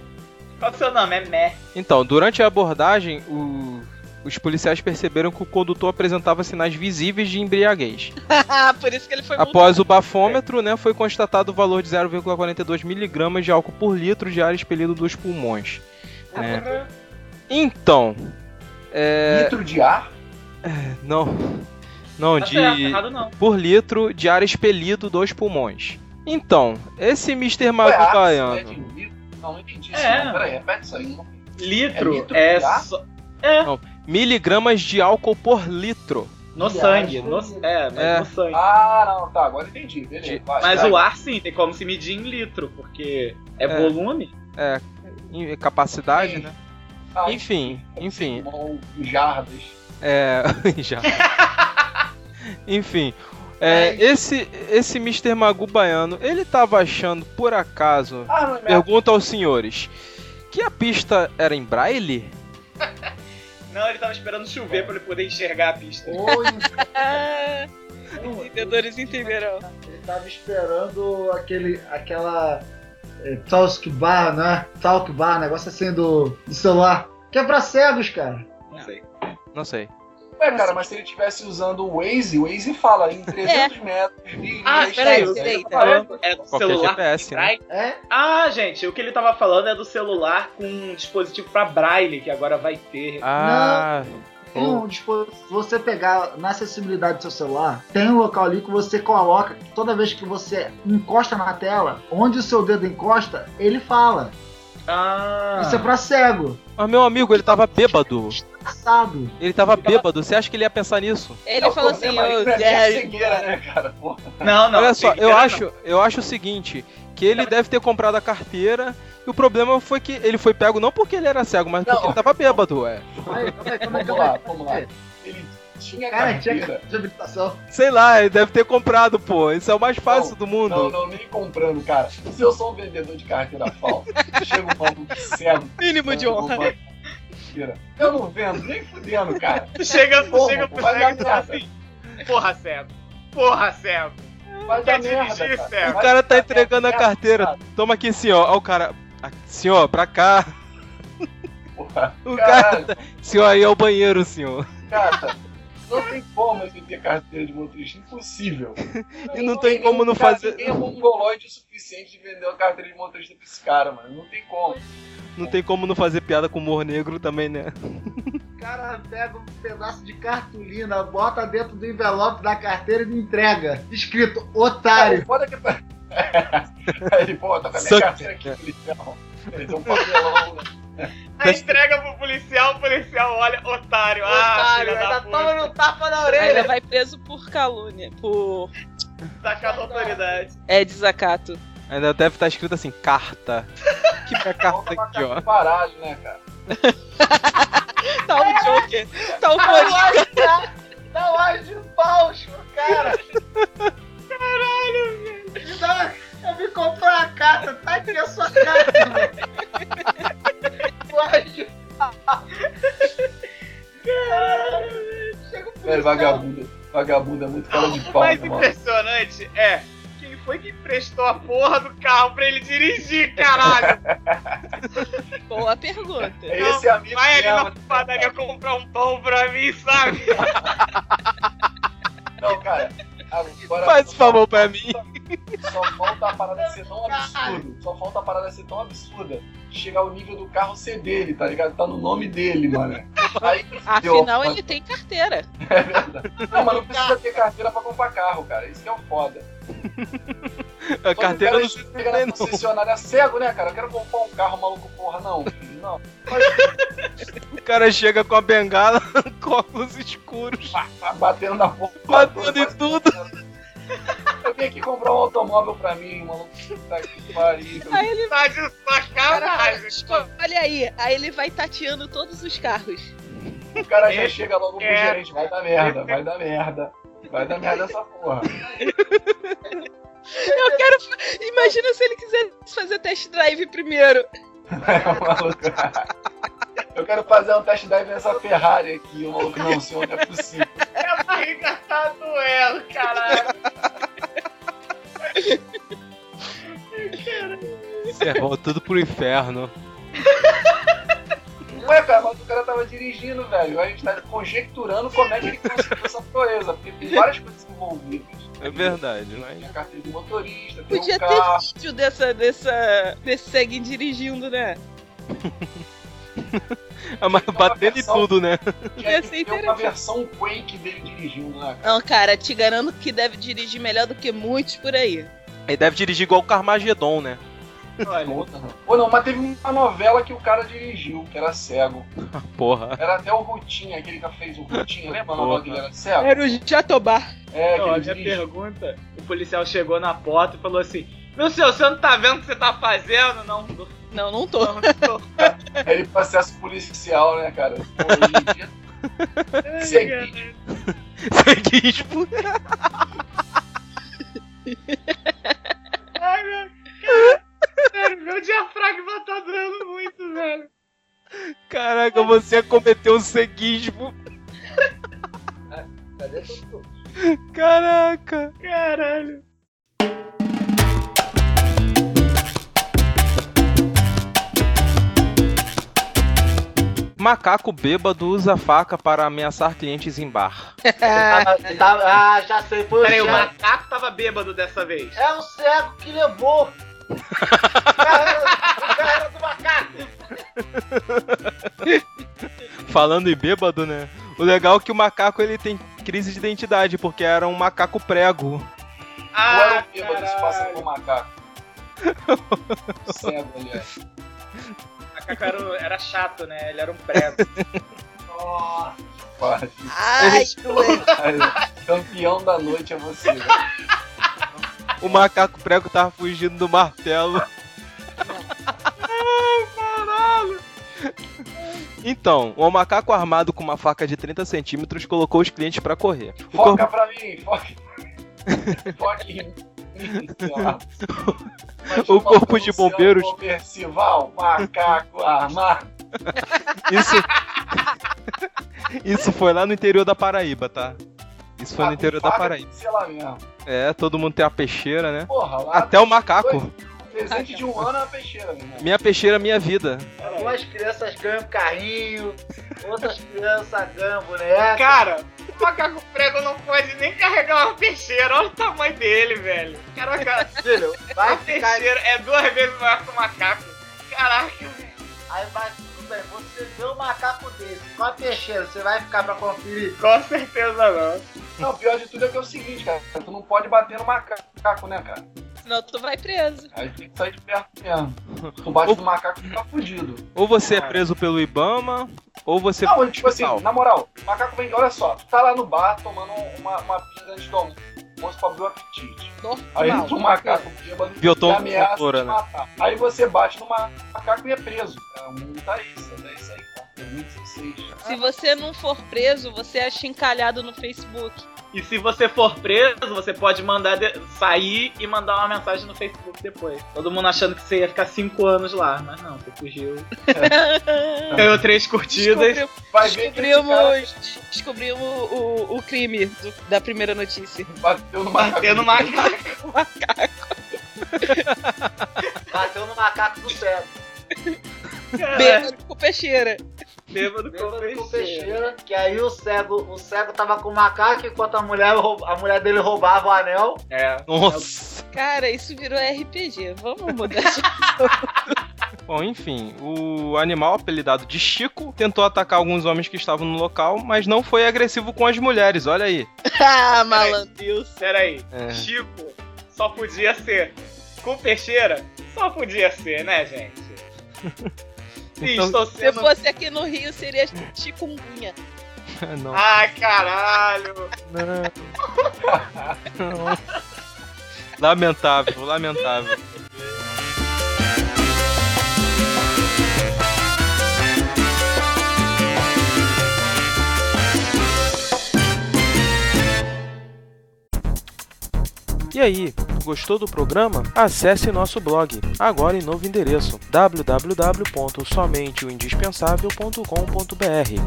Speaker 4: Qual o seu nome? É Mé.
Speaker 1: Então, durante a abordagem, o- os policiais perceberam que o condutor apresentava sinais visíveis de embriaguez.
Speaker 2: Ah, Por isso que ele foi multado.
Speaker 1: Após o bafômetro, né, foi constatado o valor de 0,42 miligramas de álcool por litro de ar expelido dos pulmões.
Speaker 4: Tá
Speaker 1: né. Então, É.
Speaker 5: Litro de ar?
Speaker 1: não, não
Speaker 4: Tá
Speaker 1: de
Speaker 4: certo, errado não.
Speaker 1: por litro de ar expelido dos pulmões. Então, esse Mr. Magoo
Speaker 5: Ué, ar,
Speaker 1: baiano.
Speaker 5: né, de litro? Não, não entendi isso.
Speaker 4: É.
Speaker 5: não. Peraí, repete isso aí.
Speaker 4: Litro
Speaker 5: É
Speaker 4: é,
Speaker 5: litro de ar?
Speaker 4: só- É,
Speaker 1: miligramas de álcool por litro.
Speaker 4: no
Speaker 7: De ar,
Speaker 4: sangue.
Speaker 7: acho
Speaker 4: No... É, mas
Speaker 1: É.
Speaker 4: no sangue.
Speaker 5: Ah, tá. não, tá, agora entendi. Beleza,
Speaker 1: De-
Speaker 5: vai,
Speaker 4: Mas
Speaker 5: vai.
Speaker 4: o ar sim, tem como se medir em litro, porque é,
Speaker 1: É.
Speaker 4: volume.
Speaker 1: É, em- capacidade,
Speaker 5: Sim.
Speaker 1: né?
Speaker 5: Ah,
Speaker 1: Enfim, enfim.
Speaker 5: Mão, jardas.
Speaker 1: É, já. Enfim, é, esse esse Mr. Magu baiano, ele tava achando por acaso?
Speaker 5: Ah, não é merda.
Speaker 1: Pergunta aos senhores. Que a pista era em braille?
Speaker 4: Não, ele tava esperando chover pra ele poder enxergar a pista.
Speaker 3: Ou em-
Speaker 2: Ah, entendedores entenderão.
Speaker 3: ele tava esperando aquele, aquela
Speaker 7: eh,
Speaker 3: é, talk bar, né? Talk bar, negócio assim do, do celular. Que é pra cegos, cara.
Speaker 4: Não sei.
Speaker 1: Não sei.
Speaker 5: Ué, cara, mas se ele estivesse usando o Waze, o Waze fala em 300 metros. de-
Speaker 4: Ah,
Speaker 5: de
Speaker 4: peraí,
Speaker 5: distância.
Speaker 2: direita.
Speaker 5: Tá falando.
Speaker 4: É do
Speaker 1: Qualquer
Speaker 4: celular.
Speaker 1: GPS,
Speaker 4: com
Speaker 1: né?
Speaker 4: braille?
Speaker 3: É?
Speaker 4: Ah, gente, o que ele tava falando é do celular com um dispositivo pra braille, que agora vai ter.
Speaker 1: Ah,
Speaker 3: Tem um dispositivo. Se você pegar na acessibilidade do seu celular, tem um local ali que você coloca, que toda vez que você encosta na tela, onde o seu dedo encosta, ele fala.
Speaker 4: Ah.
Speaker 3: Isso é pra cego.
Speaker 1: mas meu amigo, ele tava bêbado.
Speaker 3: Assado.
Speaker 1: Ele tava
Speaker 4: Ele tava-
Speaker 1: bêbado. Você acha que ele ia pensar nisso?
Speaker 2: Ele
Speaker 5: Não,
Speaker 2: falou
Speaker 5: pô,
Speaker 2: assim,
Speaker 5: né, mas
Speaker 2: eu,
Speaker 5: isso é
Speaker 2: é,
Speaker 5: cegueira, né, cara? Porra.
Speaker 4: Não, não.
Speaker 1: Olha só, eu
Speaker 4: cegueira não.
Speaker 1: acho, eu acho o seguinte, que ele deve ter comprado a carteira e o problema foi que ele foi pego não porque ele era cego, mas porque
Speaker 5: Não.
Speaker 1: ele tava bêbado, ué.
Speaker 3: Aí,
Speaker 8: É,
Speaker 3: calma aí, calma aí,
Speaker 5: Vamos
Speaker 3: calma
Speaker 5: lá,
Speaker 3: aí.
Speaker 5: vamos lá. Ele
Speaker 3: Cara, tinha
Speaker 5: tinha carteira.
Speaker 3: carteira de habilitação.
Speaker 1: Sei lá, ele deve ter comprado, pô. Isso é o mais fácil do mundo.
Speaker 5: Não, não, nem comprando, cara. Se eu sou um vendedor de carteira falsa, chega um maluco cego.
Speaker 2: mínimo de honra.
Speaker 5: roubando carteira, Eu não vendo, nem fudendo, cara.
Speaker 4: Chega,
Speaker 5: Porra,
Speaker 4: chega pro
Speaker 5: vai
Speaker 4: cego e
Speaker 5: dar
Speaker 4: fala
Speaker 5: merda.
Speaker 4: assim. Porra, cego. Porra, cego.
Speaker 5: Vai
Speaker 4: Quer
Speaker 5: dar
Speaker 4: dirigir,
Speaker 5: merda, cara.
Speaker 4: cego?
Speaker 1: O cara tá entregando a carteira. Toma aqui, senhor. Ó, o cara. aqui, Senhor, pra cá.
Speaker 5: Porra.
Speaker 1: O cara.
Speaker 5: Caralho,
Speaker 1: Senhor, aí é o banheiro, senhor.
Speaker 5: cara. Não tem como eu ter carteira de motorista, impossível.
Speaker 1: E não tem como não
Speaker 5: cara-
Speaker 1: fazer-
Speaker 5: Ninguém é mongoloide o suficiente de vender uma carteira de motorista pra esse cara, mano. Não tem como.
Speaker 1: Não tem como não fazer piada com humor negro também, né?
Speaker 8: O cara pega um pedaço de cartolina, bota dentro do envelope da carteira e me entrega. Escrito
Speaker 5: Cara,
Speaker 8: otário.
Speaker 5: foda que. Aí ele, pô, tá com a minha
Speaker 1: Suck.
Speaker 5: carteira aqui, policial. Ele tem um papelão, né?
Speaker 4: Aí entrega pro policial, o policial olha, otário, ah,
Speaker 3: Otário,
Speaker 4: filha da
Speaker 3: ainda
Speaker 4: puta,
Speaker 3: toma no tapa na orelha.
Speaker 2: Ainda vai preso por calúnia, por
Speaker 4: sacato Tá autoridade.
Speaker 2: é, desacato.
Speaker 1: Ainda deve estar escrito assim, carta. Que é carta aqui, ó.
Speaker 5: Parado, né, cara?
Speaker 2: Tá o Joker, tá o
Speaker 3: Não
Speaker 2: Coringa.
Speaker 3: age, tá? Não age de paus, cara.
Speaker 8: Me dá- Eu me comprou uma carta, tá aqui a sua carta. mano.
Speaker 3: Não age de
Speaker 5: Velho, vagabundo. Vagabundo é muito cara de
Speaker 4: O
Speaker 5: pau,
Speaker 4: mais
Speaker 5: né, mano?
Speaker 4: impressionante é quem foi que emprestou a porra do carro pra ele dirigir, caralho.
Speaker 2: Boa pergunta.
Speaker 5: É esse amigo
Speaker 4: Vai ali
Speaker 5: mesmo.
Speaker 4: na padaria comprar um pão pra mim, sabe?
Speaker 5: Não, cara. Agora,
Speaker 1: Faz esse favor pra mim.
Speaker 5: Só falta a parada ser tão absurda. Só falta a parada ser tão absurda. Chegar ao nível do carro ser dele, tá ligado? Tá no nome dele, mano. Aí,
Speaker 2: Afinal,
Speaker 5: deu,
Speaker 2: ele tem carteira.
Speaker 5: É verdade. Não, mas não precisa ter carteira pra comprar carro, cara. Isso que é um foda.
Speaker 1: A carteira não se
Speaker 5: Só que o cara
Speaker 1: vê,
Speaker 5: chega na
Speaker 1: não.
Speaker 5: concessionária cego, né, cara? Eu quero comprar um carro, maluco, porra, não. filho, Não.
Speaker 1: O cara chega com a bengala, com óculos escuros.
Speaker 5: Tá batendo na porra.
Speaker 1: Batendo
Speaker 5: toda,
Speaker 1: em
Speaker 5: faz-
Speaker 1: tudo.
Speaker 5: Eu vim aqui comprar um automóvel pra mim, maluco. Tá que pariu.
Speaker 2: Aí ele
Speaker 4: Tá de
Speaker 2: Caralho,
Speaker 4: sacanagem.
Speaker 2: escolhe aí. Aí ele vai tateando todos os carros.
Speaker 5: O cara já chega logo pro
Speaker 4: É.
Speaker 5: gerente. Vai dar merda, vai dar merda. Vai dar merda essa porra.
Speaker 2: Eu quero. Imagina se ele quisesse fazer test drive primeiro.
Speaker 5: O É um maluco. Eu quero fazer um test drive nessa Ferrari aqui. O maluco, não, senhor, não é possível.
Speaker 4: A barriga tá doendo, caralho.
Speaker 1: Servou é tudo pro inferno.
Speaker 5: Não é, cara, mas o cara tava dirigindo, velho. A gente tá conjecturando como é que ele conseguiu essa proeza, porque tem várias coisas envolvidas.
Speaker 1: É verdade, mas.
Speaker 5: Tem a carteira de motorista, tem
Speaker 2: Podia
Speaker 5: o carro.
Speaker 2: ter vídeo dessa, dessa, desse segue dirigindo, né?
Speaker 1: Ah, mas batendo em tudo, né?
Speaker 5: Tinha
Speaker 2: Ia
Speaker 5: que
Speaker 2: ser
Speaker 5: ter uma
Speaker 2: interessante.
Speaker 5: versão Quake dele dirigindo, né, cara?
Speaker 2: Não, cara, te garanto que deve dirigir melhor do que muitos por aí.
Speaker 1: Ele deve dirigir igual o Carmagedon, né?
Speaker 4: Olha,
Speaker 5: Outra, não. Ou não, mas teve uma novela que o cara dirigiu, que era cego.
Speaker 1: Porra.
Speaker 5: Era até o Rutinha, aquele que fez o Rutinha, lembra a novela que ele era cego?
Speaker 2: Era o Jatobá.
Speaker 5: É,
Speaker 4: ó, a minha
Speaker 5: que ele dirigiu.
Speaker 4: pergunta. O policial chegou na porta e falou assim: Meu senhor, você não tá vendo o que você tá fazendo? Não, não,
Speaker 2: Não, não tô.
Speaker 4: não.
Speaker 2: é
Speaker 5: Aí ele processo policial, né, cara? Pô, hoje em dia Seguinte.
Speaker 1: Ceguismo.
Speaker 4: Ai, meu. Sério, meu diafragma tá doendo muito, velho.
Speaker 1: Caraca, você cometeu um ceguismo.
Speaker 8: Cadê tu?
Speaker 1: Caraca.
Speaker 4: Caralho.
Speaker 1: Macaco bêbado usa faca para ameaçar clientes em bar.
Speaker 3: Ah, tá- ah, já sei, foi o
Speaker 4: Peraí, o
Speaker 3: cego.
Speaker 4: macaco tava bêbado dessa vez.
Speaker 3: É o cego que levou. Carreira, carreira do macaco.
Speaker 1: Falando em bêbado, né? O legal é que o macaco ele tem crise de identidade, porque era um macaco prego.
Speaker 5: Ou era
Speaker 4: Ah,
Speaker 5: o bêbado se passando por macaco? Cego, aliás.
Speaker 4: macaco era, um- era chato, né? Ele era um prego.
Speaker 3: Nossa,
Speaker 5: Quase. é
Speaker 2: Ai, moleque.
Speaker 5: Campeão da noite é você. velho.
Speaker 1: O macaco prego tava fugindo do martelo. Então, um macaco armado com uma faca de 30 centímetros colocou os clientes pra correr. O corpo-
Speaker 5: Foca pra mim, foca. Foca em mim. sei lá. Mas
Speaker 1: O
Speaker 5: uma
Speaker 1: corpo de
Speaker 5: produção
Speaker 1: bombeiros-
Speaker 5: Comercial, macaco armado.
Speaker 1: Isso... Isso foi lá no interior da Paraíba, tá? Isso
Speaker 5: Ah,
Speaker 1: foi no interior da Paraíba.
Speaker 5: Sei lá mesmo.
Speaker 1: É, todo mundo tem a peixeira, né?
Speaker 5: Porra, lá.
Speaker 1: Até o macaco.
Speaker 5: Presente de um ano é uma peixeira, meu irmão.
Speaker 1: Minha peixeira, é minha vida.
Speaker 3: Algumas crianças ganham carrinho, outras crianças ganham boneca.
Speaker 4: Cara,
Speaker 6: macaco prego não pode nem carregar uma peixeira. Olha o tamanho dele, velho. Caraca,
Speaker 7: Filho,
Speaker 6: a
Speaker 7: vai ficar.
Speaker 6: peixeira é duas vezes maior que o macaco. Caraca, velho.
Speaker 7: Aí vai. tudo bem, Você vê um macaco desse com a peixeira, você vai ficar pra conferir.
Speaker 6: Com certeza não.
Speaker 5: Não, o pior de tudo é que é o seguinte, cara. Tu não pode bater no macaco, né, cara?
Speaker 2: Senão tu vai preso.
Speaker 5: Aí tem que sair de perto mesmo. Tu bate no macaco, tu tá fudido.
Speaker 1: Ou você é preso pelo Ibama, ou você.
Speaker 5: Ah. Não, tipo assim,
Speaker 1: Total.
Speaker 5: na moral, o macaco vem, olha só, tu tá lá no bar tomando uma, uma pinga antes do almoço pra abrir o apetite. Aí entra um macaco bêbado
Speaker 1: Biotopo
Speaker 5: e ameaça
Speaker 1: cultura,
Speaker 5: te
Speaker 1: né?
Speaker 5: matar. Aí você bate no ma- macaco e é preso. É, O mundo tá aí, isso é isso aí, cara. Tem 2016.
Speaker 2: Se você não for preso, você é achincalhado no Facebook.
Speaker 4: E se você for preso, você pode mandar de- sair e mandar uma mensagem no Facebook depois. Todo mundo achando que você ia ficar cinco anos lá, mas não, você fugiu.
Speaker 5: É.
Speaker 4: Ganhou três curtidas.
Speaker 5: Vai ver que esse cara
Speaker 2: Descobrimos, descobrimos o, o crime do- da primeira notícia.
Speaker 5: bateu no macaco.
Speaker 4: Bateu no macaco.
Speaker 7: Bateu no macaco do cego.
Speaker 4: É.
Speaker 2: Beijo é com peixeira.
Speaker 4: Bêbado
Speaker 7: Bêbado com
Speaker 4: com
Speaker 7: o peixeira. Que aí o cego, o cego tava com o macaco enquanto a mulher, rou- a mulher dele roubava o anel.
Speaker 4: É.
Speaker 1: Nossa!
Speaker 2: Cara, isso virou RPG. Vamos mudar de.
Speaker 1: Bom, enfim, o animal apelidado de Chico tentou atacar alguns homens que estavam no local, mas não foi agressivo com as mulheres, olha aí.
Speaker 2: ah, malandro.
Speaker 4: Peraí.
Speaker 1: É.
Speaker 4: Chico só podia ser. Com peixeira só podia ser, né, gente? Sim,
Speaker 1: Então-
Speaker 4: estou
Speaker 2: Se
Speaker 4: sendo.
Speaker 2: fosse aqui no Rio, seria chikungunya.
Speaker 1: Não,
Speaker 4: Ai, caralho!
Speaker 1: não. Não. Lamentável, lamentável. E aí, gostou do programa? Acesse nosso blog, agora em novo endereço www.somenteoindispensável.com.br.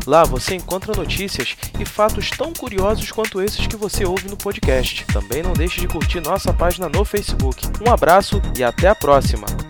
Speaker 1: Lá você encontra notícias e fatos tão curiosos quanto esses que você ouve no podcast. Também não deixe de curtir nossa página no Facebook. Um abraço e até a próxima!